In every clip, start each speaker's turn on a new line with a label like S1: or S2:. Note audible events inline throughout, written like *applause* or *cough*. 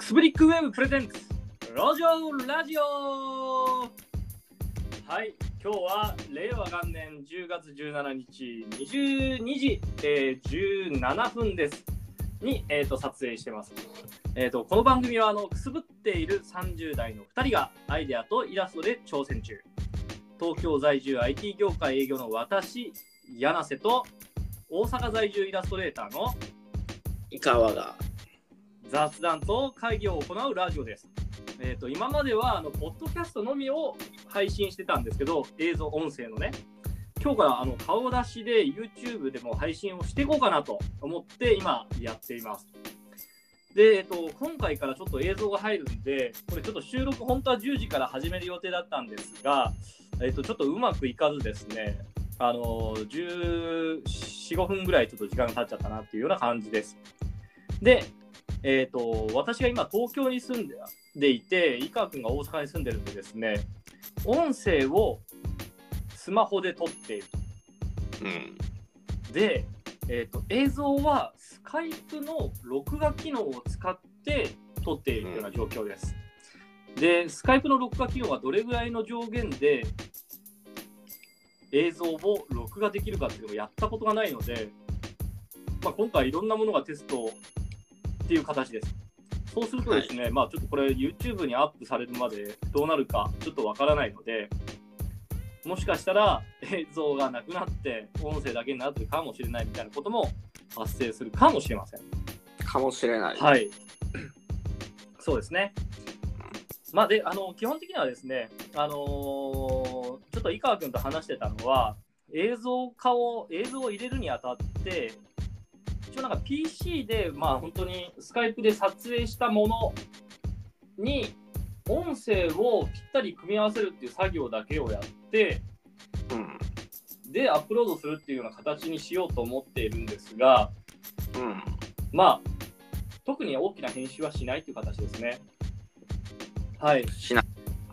S1: スブリックウェブプレゼンツ路上ラジオはい今日は令和元年10月17日22時、えー17分ですに、えー、と撮影してます、えー、とこの番組はあのくすぶっている30代の2人がアイデアとイラストで挑戦中東京在住 IT 業界営業の私柳瀬と大阪在住イラストレーターの
S2: 井川が。
S1: 雑談と会議を行うラジオです。えー、と今まではあのポッドキャストのみを配信してたんですけど映像音声のね今日からあの顔出しで YouTube でも配信をしていこうかなと思って今やっていますで、えー、と今回からちょっと映像が入るんでこれちょっと収録本当は10時から始める予定だったんですが、えー、とちょっとうまくいかずですねあの1415分ぐらいちょっと時間が経っちゃったなっていうような感じですでえー、と私が今東京に住んででいて井川君が大阪に住んでるんでですね音声をスマホで撮っている
S2: うん。
S1: で、えー、と映像はスカイプの録画機能を使って撮っているような状況です、でスカイプの録画機能はどれぐらいの上限で映像を録画できるかっていうのをやったことがないので、まあ、今回いろんなものがテストっていう形ですそうするとですね、まあちょっとこれ YouTube にアップされるまでどうなるかちょっとわからないのでもしかしたら映像がなくなって音声だけになってるかもしれないみたいなことも発生するかもしれません。
S2: かもしれない。い。
S1: はい。そうですね。まあ、で、あの、基本的にはですね、あのーちょっと井川君と話してたのは、映像化を、映像を入れるにあたって、一応なんか PC で、まあ本当にスカイプで撮影したものに、音声をぴったり組み合わせるっていう作業だけをやって、
S2: うん。
S1: で、アップロードするっていうような形にしようと思っているんですが、
S2: うん。
S1: まあ、特に大きな編集はしないという形ですね。はい、
S2: しな。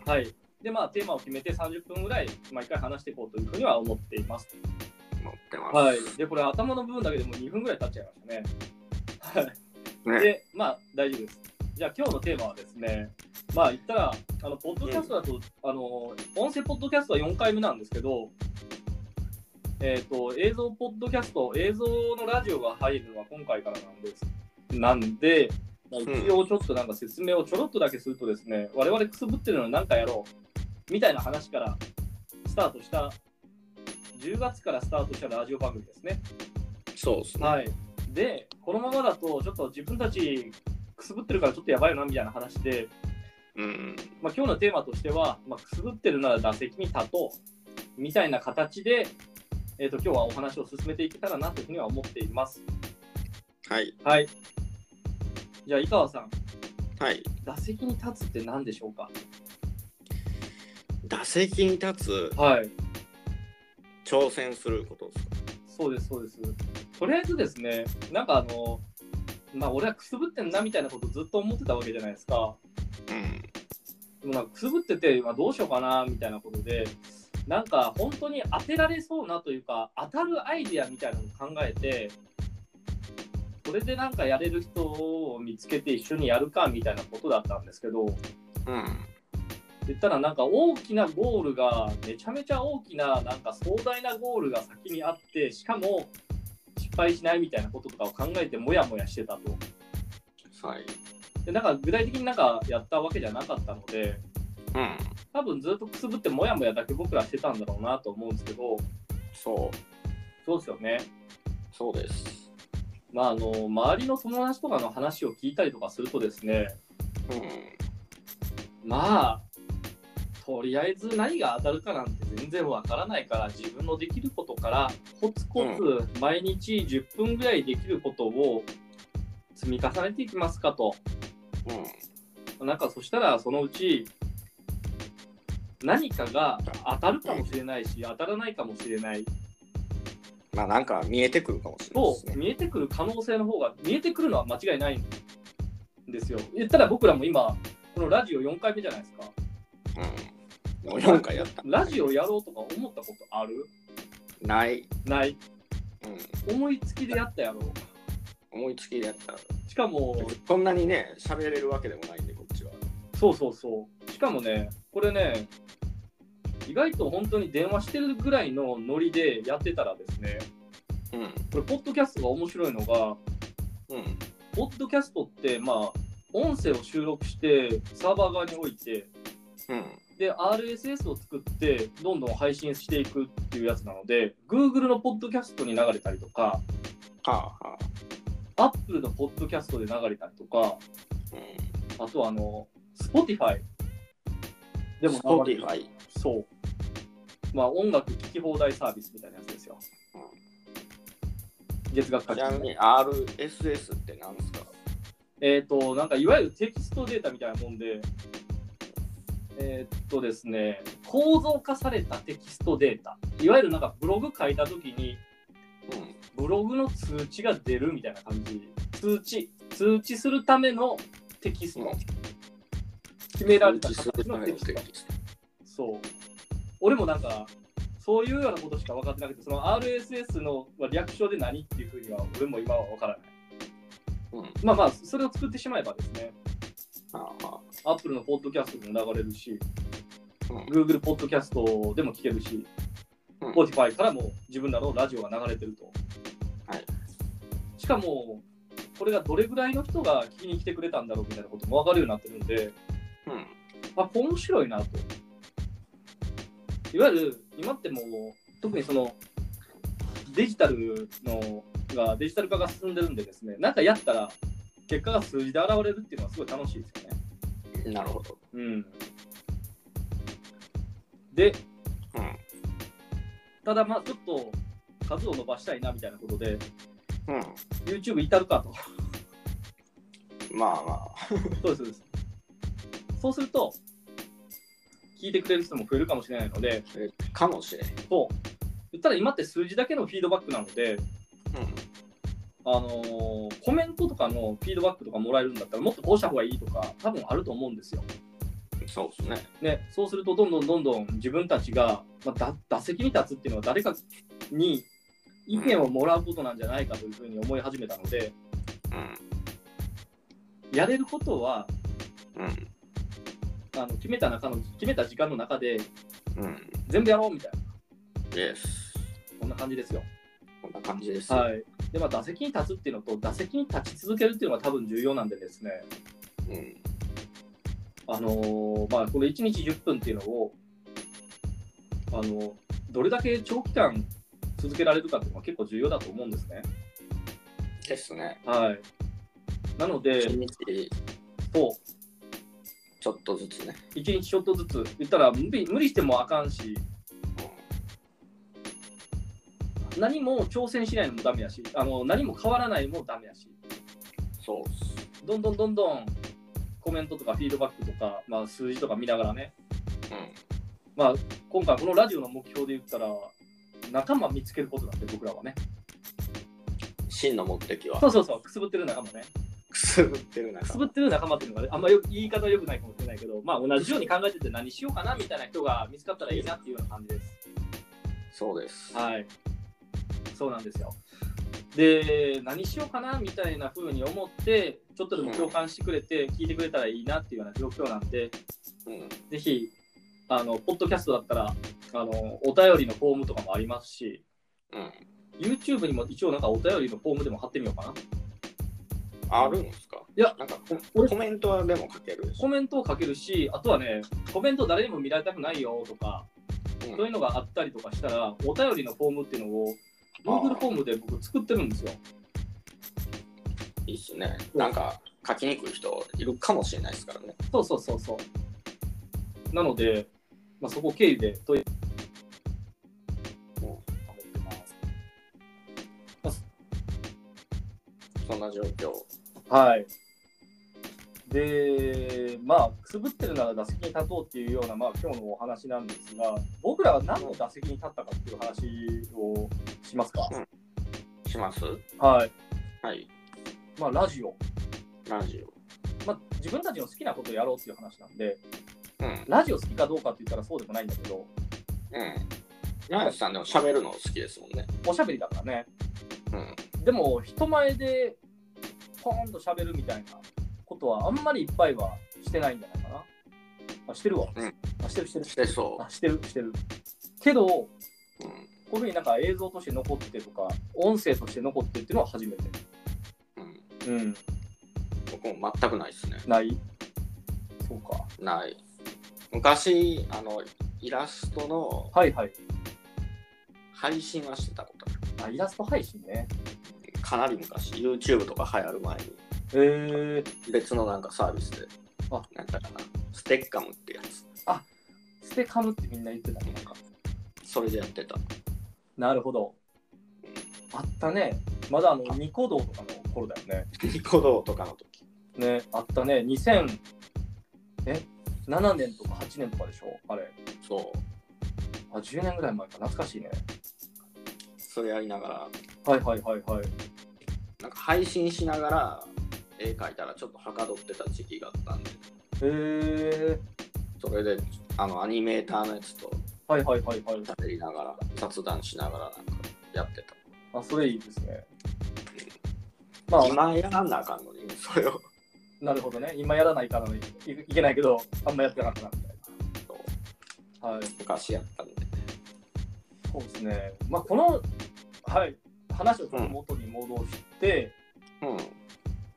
S1: はい。で、まあ、テーマを決めて30分ぐらい、毎回話していこうというふうには思っています。
S2: 持ってます。
S1: はい。で、これ、頭の部分だけでもう2分ぐらい経っちゃいましたね。はい。
S2: ね。
S1: で、まあ、大丈夫です。じゃあ、今日のテーマはですね、まあ、言ったら、あの、ポッドキャストだと、あの、音声ポッドキャストは4回目なんですけど、えっ、と、映像ポッドキャスト、映像のラジオが入るのは今回からなんです。なんで、まあ
S2: うん
S1: 一応ちょっとなんか説明をちょろっとだけするとですね、我々くすぶってるのに何かやろう、みたいな話からスタートした、10月からスタートしたラジオ番組ですね。
S2: そうですね。
S1: はい、で、このままだと、ちょっと自分たちくすぶってるからちょっとやばいよなみたいな話で、
S2: うん。
S1: まあ、今日のテーマとしては、まあ、くすぶってるなら打席に立とうみたいな形で、えー、と今日はお話を進めていけたらなというふうには思っています。
S2: はい。
S1: はい、じゃあ、井川さん、
S2: はい。
S1: 打席に立つって何でしょうか
S2: 打席に立つ、
S1: はい、
S2: 挑戦することですか。
S1: そうです、そうです。とりあえずですね、なんかあの、まあ、俺はくすぶってんなみたいなことずっと思ってたわけじゃないですか。
S2: うん。
S1: でもなんかくすぶってて、まあ、どうしようかなみたいなことで、なんか本当に当てられそうなというか、当たるアイディアみたいなのを考えて、それでなんかやれる人を見つけて一緒にやるかみたいなことだったんですけど、
S2: うん。
S1: 言ったらなんか大きなゴールが、めちゃめちゃ大きな、なんか壮大なゴールが先にあって、しかも失敗しないみたいなこととかを考えて、もやもやしてたと。
S2: はい。
S1: で、なんか具体的になんかやったわけじゃなかったので、
S2: うん。
S1: 多分ずっとくすぶってもやもやだけ僕らしてたんだろうなと思うんですけど、
S2: そう。
S1: そうですよね。
S2: そうです。
S1: まあ、あの、周りの友達とかの話を聞いたりとかするとですね、
S2: うん。
S1: まあ、とりあえず何が当たるかなんて全然わからないから、自分のできることから、コツコツ毎日10分ぐらいできることを積み重ねていきますかと。
S2: うん。
S1: なんかそしたらそのうち何かが当たるかもしれないし当たらないかもしれない
S2: まあなんか見えてくるかもしれない
S1: と
S2: ですね。
S1: 見えてくる可能性の方が見えてくるのは間違いないんですよ。言ったら僕らも今このラジオ4回目じゃないですか。
S2: うん。もう4回やった。
S1: ラジオやろうとか思ったことある
S2: ない。
S1: ない。
S2: うん。
S1: 思いつきでやったやろ。
S2: 思いつきでやった。
S1: しかも、
S2: そんなにね、喋れるわけでもないんで、こっちは。
S1: そうそうそう。しかもね、これね、意外と本当に電話してるぐらいのノリでやってたらですね、
S2: うん。
S1: これ、ポッドキャストが面白いのが、
S2: うん。
S1: ポッドキャストって、まあ、音声を収録して、サーバー側に置いて、
S2: うん。
S1: で、RSS を作って、どんどん配信していくっていうやつなので、Google のポッドキャストに流れたりとか、
S2: はあはあ。
S1: Apple のポッドキャストで流れたりとか、
S2: うん。
S1: あとはあの、Spotify で
S2: で
S1: も
S2: も、
S1: 流れ
S2: Spotify。
S1: そう。まあ音楽聴き放題サービスみたいなやつですよ。月額課
S2: ちな
S1: 金
S2: み。に RSS って何ですか
S1: えっ、と、なんかいわゆるテキストデータみたいなもんで、えっ、とですね、構造化されたテキストデータ。いわゆるなんかブログ書いたときに、
S2: うん。
S1: ブログの通知が出るみたいな感じ。通知、通知するためのテキスト。
S2: うん
S1: 決められた
S2: 通知する
S1: 形
S2: た
S1: の
S2: め
S1: テ
S2: の
S1: キス
S2: テ
S1: ト。
S2: キス
S1: そう。俺もなんか、そういうようなことしか分かってなくて、その RSS のまあ略称で何っていうふうには、俺も今は分からない。
S2: ト。うん。
S1: まあまあ、それを作ってしまえばですね、
S2: はあは
S1: Apple のポッドキャストでも流れるし、
S2: あ。うん。
S1: Google ポッドキャストでも聞けるし、
S2: うん
S1: Spotify からも自分らのラジオが流れてると。
S2: はい
S1: しかも、これがどれぐらいの人が聞きに来てくれたんだろうみたいなことも分かるようになってるんで、
S2: うん。
S1: あ、面白いなと。いわゆる、今ってもう、特にその、デジタルのが、デジタル化が進んでるんでですね、なんかやったら、結果が数字で現れるっていうのはすごい楽しいですよね。
S2: なるほど。
S1: うん。で、
S2: うん
S1: ただまあちょっと、数を伸ばしたいなみたいなことで、
S2: うん。
S1: YouTube 至るかと。 *laughs*
S2: まあまあ。
S1: そうです、そうです。そうすると、聞いてくれる人も増えるかもしれないので、
S2: えかもしれん。
S1: そう。言ったら今って数字だけのフィードバックなので、
S2: う
S1: あのーコメントとかのフィードバックとかもらえるんだったら、もっとこうした方がいいとか、多分あると思うんですよ。
S2: ん。そうですね。
S1: ね、そうすると、どんどんどんどん自分たちが、まあ、だ打席に立つっていうのは、誰かに意見をもらうことなんじゃないかというふうに思い始めたので、やれることは、
S2: うん。うん。
S1: あの決めた中の決めた時間の中で、
S2: うん。
S1: 全部やろうみたいな、
S2: Yes。
S1: こんな感じですよ。
S2: こんな感じです。
S1: はい、で、まあ、打席に立つっていうのと、打席に立ち続けるっていうのが多分重要なんでですね。
S2: うん。
S1: あのーまあ、この1日10分っていうのを、あのーどれだけ長期間続けられるかっていうのは結構重要だと思うんですね。
S2: ですね。
S1: はい、なので、
S2: 一日
S1: と
S2: ちょっとずつね。
S1: 1日ちょっとずつ言ったら無理無理してもあかんし、何も挑戦しないのもダメやし、あの何も変わらないのもダメやし、
S2: そうっす。
S1: どんどんどんどんコメントとかフィードバックとか、まあ、数字とか見ながらね、
S2: う
S1: まあ、今回このラジオの目標で言ったら、仲間見つけることなんで、僕らはね。
S2: ん。真の目的は
S1: そうそうそう、くすぶってる仲間ね。
S2: くすぶってる中。
S1: くすぶってる仲間っていうのがね、あんまよ言い方よくないかもしれないけど、まあ同じように考えてて何しようかなみたいな人が見つかったらいいなっていうような感じです。
S2: そうです。
S1: はい。そうなんですよ。で、何しようかなみたいな風に思って、ちょっとでも共感してくれて、聞いてくれたらいいなっていうような状況なんで、
S2: うん。
S1: ぜひ、あの、ポッドキャストだったら、あの、お便りのフォームとかもありますし、
S2: うん。
S1: YouTube にも一応なんかお便りのフォームでも貼ってみようかな。
S2: あるんですか
S1: いや
S2: なんか
S1: 俺
S2: コメントはでも書けるでしょ
S1: コメントをかけるし、あとはね、コメント誰にも見られたくないよとか、
S2: うん
S1: そういうのがあったりとかしたら、お便りのフォームっていうのを、Google フォームで僕作ってるんですよ。
S2: いいっすね。なんか書きにくい人いるかもしれないですからね。
S1: そうそうそうそう。なので、まあ、そこ経由で問い思ってます。
S2: そんな状況。
S1: はい。で、まあ、くすぶってるなら打席に立とうっていうような、まあ、今日のお話なんですが、僕らは何の打席に立ったかっていう話をしますか。
S2: します
S1: はい。
S2: はい。
S1: まあ、ラジオ。
S2: ラジ
S1: まあ、自分たちの好きなことをやろうっていう話なんで、
S2: オ。うん。
S1: ラジオ好きかどうかって言ったらそうでもないんだけど、
S2: うん。ナイスさんでも喋るの好きですもんね。
S1: おしゃべりだからね。
S2: うん。
S1: でも、人前でポーンと喋るみたいなことはあんまりいっぱいはしてないんじゃないかな。あ、してるわ。
S2: うん
S1: あ、してるしてる。
S2: してそ
S1: あ、してるしてる。けど、こ
S2: う、う
S1: ういうふうになんか映像として残ってとか、音声として残ってっていうのは初めて。
S2: んうん、
S1: うん。
S2: 僕も全くないですね
S1: ないそうか。
S2: ない昔あのイラストの
S1: はいはい。
S2: 配信はしてたことある
S1: あ、イラスト配信ね。
S2: かなり昔 YouTube とか流行る前に
S1: へえー。
S2: 別のなんかサービスで
S1: あ
S2: なんだかなステッカムってやつ
S1: ステカムってみんな言ってたね。なんか
S2: それでやってた
S1: なるほど。あったね。まだあの、ニコ動とかの頃だよね。
S2: ニコ動とかの時
S1: ね、あったね。2000、え ?7 年とか8年とかでしょあれ。
S2: そう
S1: あ、10年ぐらい前か。懐かしいね。
S2: それやりながら
S1: はいはいはいはい。
S2: なんか配信しながら絵描いたらちょっとはかどってた時期があったんで
S1: へえ
S2: それであのアニメーターのやつと
S1: ー。はいはいはいはい。
S2: 喋りながら雑談しながらなんかやってた
S1: あ、それいいですね。まあ、
S2: 今やらなあかんのにそれを
S1: なるほどね。今やらないからいいけないけど、あんまやってなかったなみたい
S2: そう
S1: な。はい。
S2: 昔やったんで
S1: そうですね。まあ、この、はい、話をちょっと元に戻して、
S2: う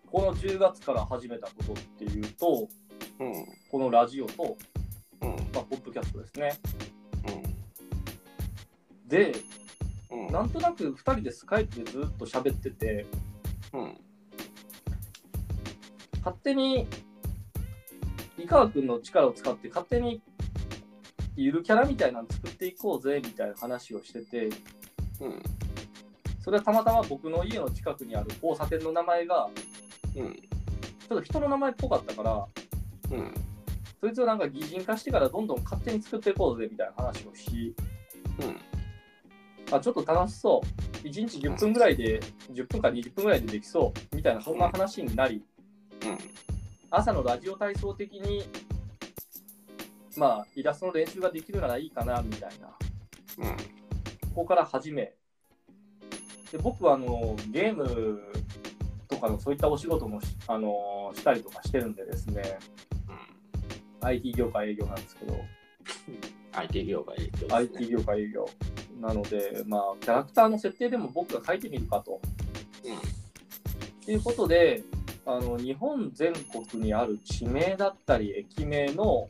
S1: この10月から始めたことっていうと、
S2: んうん
S1: このラジオと、
S2: うん
S1: まあ、ポッドキャストですね。
S2: う
S1: で、
S2: んうん
S1: なんとなく2人でスカイプでずっと喋ってて、
S2: うん
S1: 勝手に、井川君の力を使って、勝手に、ゆるキャラみたいなの作っていこうぜみたいな話をしてて、
S2: うん
S1: それはたまたま僕の家の近くにある交差点の名前が、
S2: うん
S1: ちょっと人の名前っぽかったから、
S2: うん
S1: そいつをなんか擬人化してからどんどん勝手に作っていこうぜみたいな話をし、
S2: うん
S1: あ、ちょっと楽しそう。1日10分ぐらいで、10分か20分ぐらいでできそうみたいな、そんな話になり、
S2: うん
S1: 朝のラジオ体操的に、まあ、イラストの練習ができるならいいかなみたいな、
S2: うん
S1: ここから始め、で僕はあのゲームとかのそういったお仕事もしあのしたりとかしてるんでですね、IT 業界営業なんですけど、
S2: IT 業界影響ですね
S1: IT 業界営業なので、まあ、キャラクターの設定でも僕が書いてみるかと。
S2: うん
S1: ということであの日本全国にある地名だったり駅名の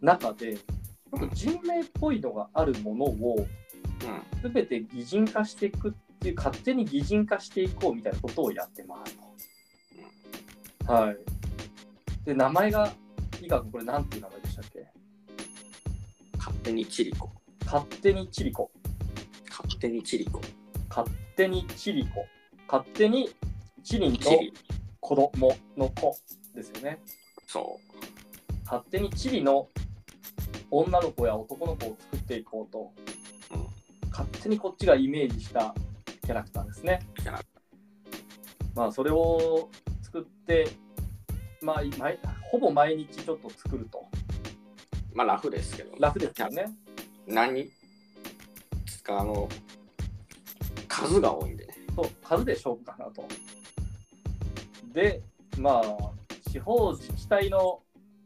S1: 中でちょっと人名っぽいのがあるものを全て擬人化していくっていう勝手に擬人化していこうみたいなことをやってますと。はい、で名前が伊賀君これ何ていう名前でしたっけ
S2: うん勝手にチリコ
S1: 勝手にチリコ
S2: 勝手にチリコ
S1: 勝手にチリコ勝手にチリン
S2: チ
S1: の
S2: リ
S1: 子供の子ですよね
S2: そ
S1: 勝手にチリの女の子や男の子を作っていこうと、
S2: うん
S1: 勝手にこっちがイメージしたキャラクターですね
S2: キャラ
S1: まあそれを作ってまあ毎ほぼ毎日ちょっと作ると
S2: うまあラフですけど
S1: 楽ですよね
S2: 何つかあの数が多いんでね
S1: と数で勝負かなと。でまあ地方自治体の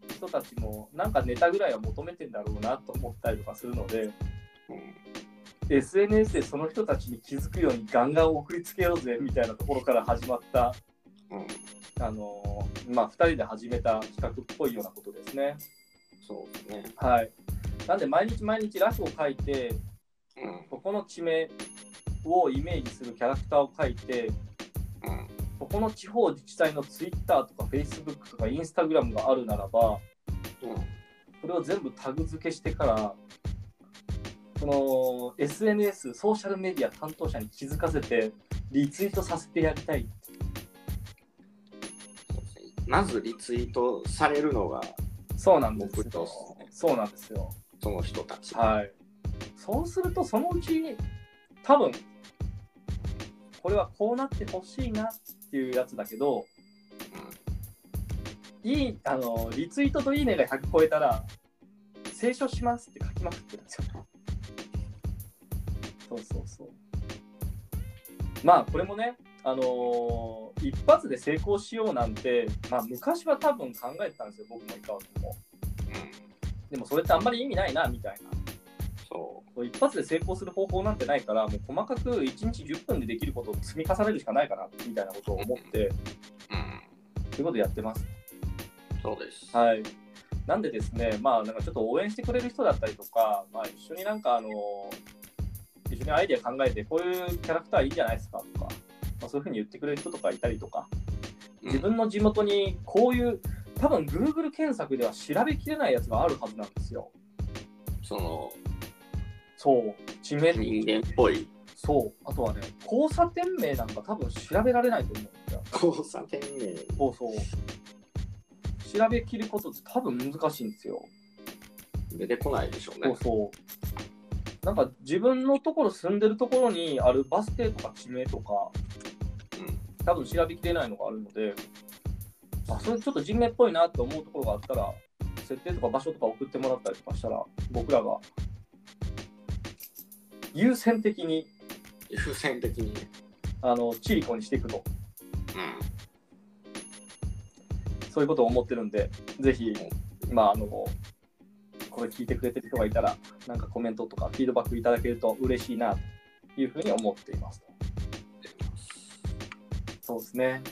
S1: 人たちもなんかネタぐらいは求めてんだろうなと思ったりとかするので
S2: うん
S1: SNS でその人たちに気づくようにガンガン送りつけようぜみたいなところから始まった、
S2: うん
S1: あのーまあ、2人で始めた企画っぽいようなことですね。
S2: そうですね
S1: はい、なんで毎日毎日ラフを書いて
S2: う
S1: ここの地名をイメージするキャラクターを書いて
S2: んうん
S1: ここの地方自治体のツイッターとかフェイスブックとかインスタグラムがあるならば、
S2: うん
S1: それを全部タグ付けしてから、その SNS、ソーシャルメディア担当者に気づかせて、リツイートさせてやりたい。
S2: そうですねまずリツイートされるのが
S1: そうなんです
S2: 僕と
S1: よ。そうなんですよ。
S2: その人たち、
S1: はい。そうすると、そのうち、多分これはこうなってほしいなっていうやつだけど、いいあのリツイートといいねが100超えたら、清書しますって書きまくってるんですよ。そうそうそう。まあ、これもね、あのー一発で成功しようなんて、まあ、昔は多分考えてたんですよ、僕もいたわけも。
S2: うん、
S1: でもそれってあんまり意味ないなみたいな。
S2: そ
S1: こう一発で成功する方法なんてないから、もう細かく1日10分でできることを積み重ねるしかないかなみたいなことを思って、
S2: う、うん、
S1: ということでやってます。
S2: そうです。
S1: はい。なんでですね、まあなんかちょっと応援してくれる人だったりとか、まあ一緒になんかあの、一緒にアイデア考えて、こういうキャラクターいいんじゃないですかとか、まあ、そういうふうに言ってくれる人とかいたりとか、
S2: うん
S1: 自分の地元にこういう、多分 Google 検索では調べきれないやつがあるはずなんですよ。
S2: その
S1: そう、地名、
S2: 人間っぽい
S1: そう、あとはね、交差点名なんか多分調べられないと思うんだよ。
S2: 交差点名。
S1: そうそう。調べきることって多分難しいんですよ。
S2: 出てこないでしょう
S1: そう
S2: ね。
S1: そう。なんか自分のところ住んでるところにあるバス停とか地名とか、多分調べきれないのがあるので、あそれちょっと人名っぽいなって思うところがあったら、設定とか場所とか送ってもらったりとかしたら、僕らが優先的に
S2: うん、優先的にね。
S1: あのチリコにしていくと、
S2: う
S1: そういうことを思ってるんで、ぜひ、まあ、あの、これ聞いてくれてる人がいたら、なんかコメントとかフィードバックいただけると嬉しいなというふうに思っています。そうですね。
S2: ん、うん、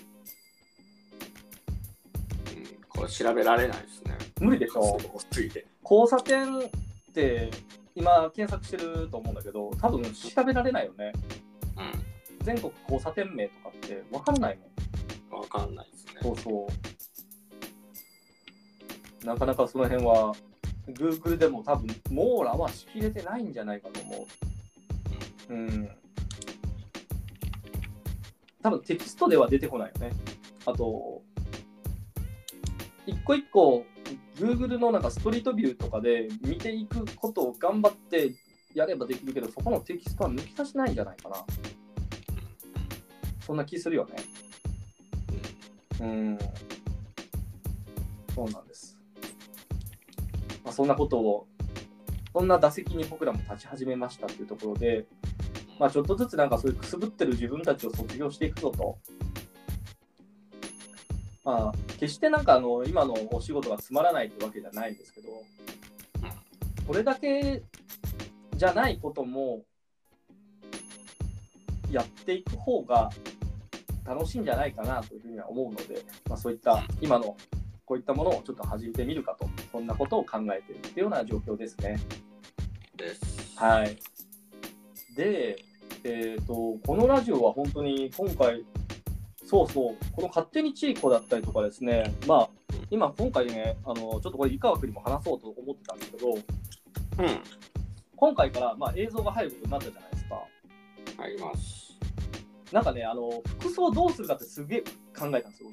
S2: これ調べられないですね。
S1: 無理でしょ
S2: すごすぎて。
S1: 交差点って今検索してると思うんだけど多分調べられないよね
S2: う
S1: 全国交差点名とかって分からないもん
S2: ん、わかんないですね。
S1: そうそうなかなかその辺は Google でも多分網羅はしきれてないんじゃないかと思ううん多分テキストでは出てこないよねあと一個一個 Google のなんかストリートビューとかで見ていくことを頑張ってやればできるけどそこのテキストは抜き出しないんじゃないかなそんな気するよねうん。そうなんです。まあ、そんなことを、そんな打席に僕らも立ち始めましたっていうところで、まあ、ちょっとずつなんかそういうくすぶってる自分たちを卒業していくぞと。まあ、決してなんかあの今のお仕事がつまらないってわけじゃないんですけど、これだけじゃないこともやっていく方が楽しいんじゃないかなというふうには思うので、まあ、そういった今のこういったものをちょっと始めてみるかとそんなことを考えているっていうような状況ですね。
S2: です。
S1: はい、で、えー、とこのラジオは本当に今回そうそうこの勝手にチーコだったりとかですねまあ今今回ねあのちょっとこれ井川君にも話そうと思ってたんですけど
S2: うん、
S1: 今回からまあ映像が入ることになったじゃないですか。
S2: あります。
S1: なんかねあの服装どうするかってすげえ考えたんですよ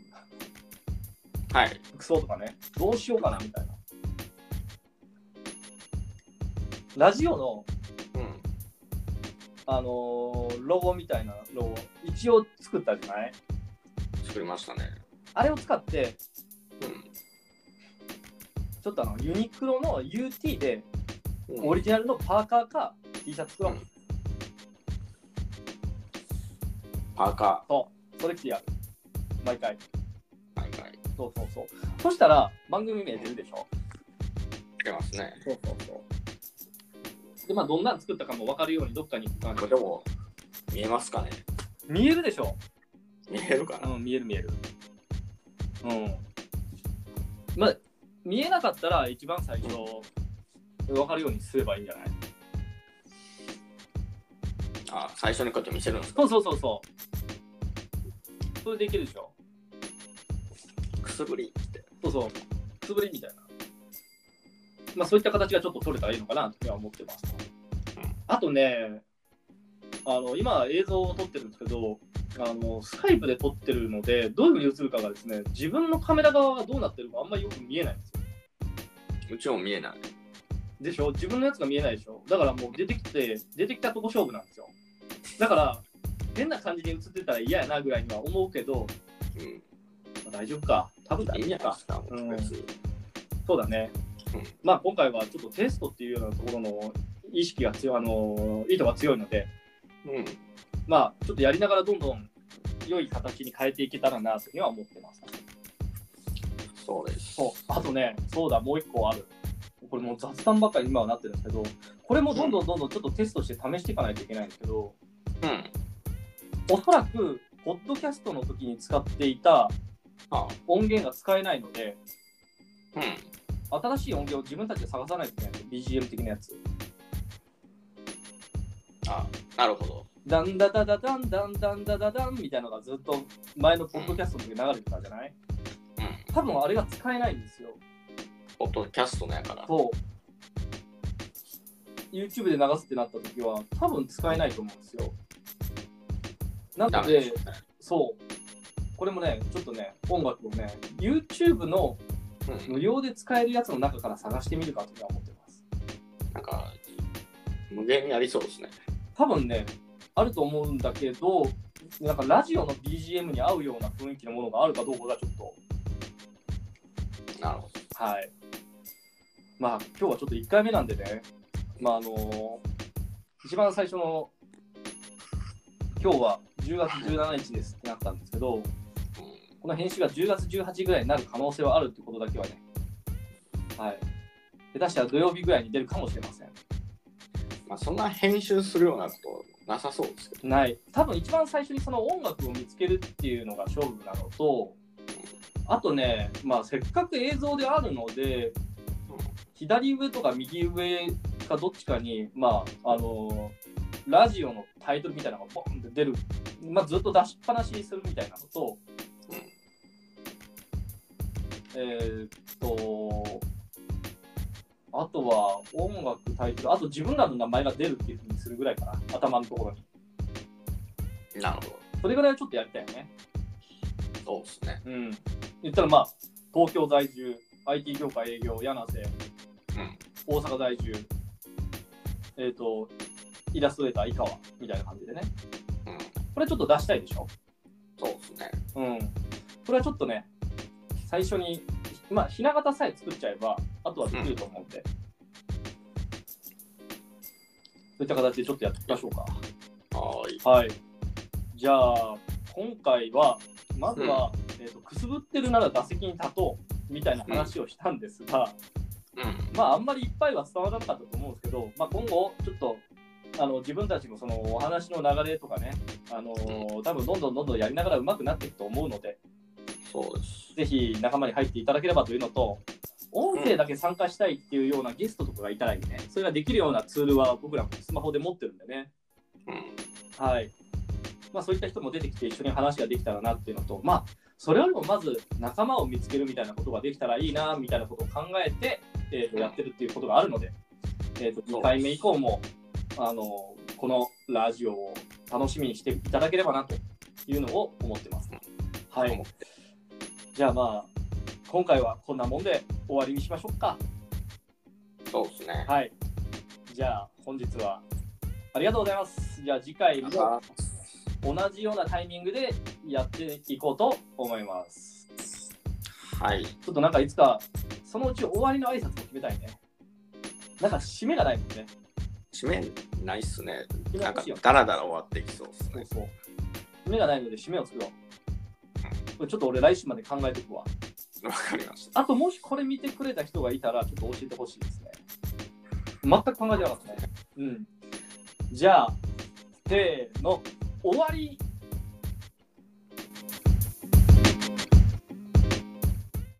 S1: 僕
S2: はい。
S1: 服装とかね、どうしようかなみたいな。ラジオの、
S2: うん、
S1: あのーロゴみたいなロゴ、一応作ったじゃない
S2: 作りましたね。
S1: あれを使って、
S2: う
S1: ちょっとあのユニクロの UT で、
S2: ん、
S1: オリジナルのパーカーか T シャツ作ろう。
S2: うんパーカ
S1: そう、それ着てやる。毎回。
S2: ー、はいはい、
S1: そうそうそう。そしたら、番組名出るでしょ。
S2: 出ますね。
S1: そうそうそう。で、まあ、どんなん作ったかも分かるように、どっかに行く
S2: こ
S1: 感
S2: れでも、見えますかね
S1: じ。見えるでしょ。
S2: 見えるかな、
S1: うん、見える見える。うん。まあ、見えなかったら一番最初、分かるようにすればいいんじゃない
S2: あ、最初にこうやって見せるんですか
S1: そうそうそうそう。それできるでしょ
S2: くすぶりって。
S1: そうそう。つぶりみたいな。まあ、そういった形がちょっと取れたらいいのかなとは思ってます。あとね、あの今映像を撮ってるんですけど、あのスカイプで撮ってるので、どういうふうに映るかがですね、自分のカメラ側がどうなってるかあんまりよく見えないんですよ。
S2: うちも見えない。
S1: でしょ自分のやつが見えないでしょだからもう出てきて、出てきたとこ勝負なんですよ。だから、変な感じに映ってたら嫌やなぐらいには思うけど、
S2: うん、い
S1: まあ大丈夫か。多分大
S2: いんじ
S1: 丈夫
S2: ゃないで
S1: か。
S2: すか、も
S1: うん
S2: う別に。
S1: そうだね
S2: うん。
S1: まあ今回はちょっとテストっていうようなところの意識が強い、あの意図が強いので、
S2: うん、
S1: まあちょっとやりながらどんどん良い形に変えていけたらなというふうには思ってます。
S2: そうです。
S1: そうあとね、そうだ、もう一個ある。これもう雑談ばっかり今はなってるんですけど、これもどんどんどんどんちょっとテストして試していかないといけないんですけど、
S2: うん。
S1: おそらく、ポッドキャストの時に使っていた
S2: あ
S1: 音源が使えないので、
S2: うん。
S1: 新しい音源を自分たちで探さないといけないんですよ BGM 的なやつ。
S2: あなるほど。
S1: ダンダダダダンダンダンダダダンみたいなのがずっと前のポッドキャストの時流れてたじゃない
S2: うん。
S1: 多分あれが使えないんですよ。
S2: ポッドキャストのやから。
S1: そう。YouTube で流すってなった時は多分使えないと思うんですよ。な
S2: ダ
S1: の
S2: メで
S1: で
S2: し、ょうね
S1: そう。これもね、ちょっとね、音楽をね、YouTube の
S2: うん
S1: 無料で使えるやつの中から探してみるかというのは思ってます。
S2: なんか、無限にありそうですね。
S1: 多分ね、あると思うんだけど、なんかラジオの BGM に合うような雰囲気のものがあるかどうかがちょっと
S2: なるほど。
S1: はい。まあ、今日はちょっと1回目なんでね、まあ、あの一番最初の、今日は10月17日ですってなったんですけど、
S2: うん
S1: この編集が10月18ぐらいになる可能性はあるってことだけはね、はい。下手したら土曜日ぐらいに出るかもしれません。
S2: まあ、そんな編集するようなことなさそうですけど。
S1: ない。多分一番最初にその音楽を見つけるっていうのが勝負なのと、あとね、まあ、せっかく映像であるので、左上とか右上かどっちかに、まあ、あのーラジオのタイトルみたいなのがボンって出る、まあ、ずっと出しっぱなしにするみたいなのと、
S2: うん
S1: えーっと、あとは音楽、タイトル、あと自分らの名前が出るっていうふうにするぐらいかな、頭のところに。
S2: なるほ
S1: それぐらいはちょっとやりたいよね。
S2: ど。そうですね。
S1: うん。言ったらまあ、東京在住、IT 業界営業、柳瀬、
S2: うん。
S1: 大阪在住、えっ、と、イラストレーター、井川みたいな感じでね。
S2: うん。
S1: これちょっと出したいでしょ
S2: そうですね。
S1: うん。これはちょっとね、最初に、まあ、ひな形さえ作っちゃえば、あとはできると思うんで。そういった形でちょっとやっていきましょうか。
S2: はーい。
S1: はい。じゃあ、今回は、まずは、えーと、くすぶってるなら打席に立とうみたいな話をしたんですが、
S2: うん。
S1: まあ、あんまりいっぱいは伝わらなかったと思うんですけど、まあ、今後、ちょっと、あの自分たちもそのお話の流れとかね、あのー多分どんどんどんどんやりながら上手くなっていくと思うので、
S2: そうです。
S1: ぜひ仲間に入っていただければというのと、音声だけ参加したいっていうようなゲストとかがいたらいいね、それができるようなツールは僕らもスマホで持ってるんでね、
S2: うん。
S1: はい。まあそういった人も出てきて一緒に話ができたらなっていうのと、まあそれよりもまず仲間を見つけるみたいなことができたらいいなみたいなことを考えて、えーと
S2: うん
S1: やってるっていうことがあるので、えー、と
S2: そう
S1: 2回目以降もあのこのラジオを楽しみにしていただければなというのを思ってます。はい
S2: 思っ。て
S1: じゃあまあ今回はこんなもんで終わりにしましょうか。
S2: そうですね。
S1: はい。じゃあ本日はありがとうございます。じゃあ次回
S2: ま
S1: も。
S2: た
S1: 同じようなタイミングでやっていこうと思います。
S2: はい。
S1: ちょっとなんかいつか、そのうち終わりの挨拶も決めたいね。なんか締めがないもんね。
S2: 締めないっすね。
S1: 締め
S2: なん
S1: 欲
S2: か
S1: しいよ、
S2: だらだら終わっていきそうです
S1: そう
S2: ね。
S1: そう。締めがないので締めを作ろう。これちょっと俺来週まで考えておくわ。
S2: わかりました。
S1: あともしこれ見てくれた人がいたらちょっと教えてほしいですね。全く考えてなかったね。うん。じゃあ、せーの、終わり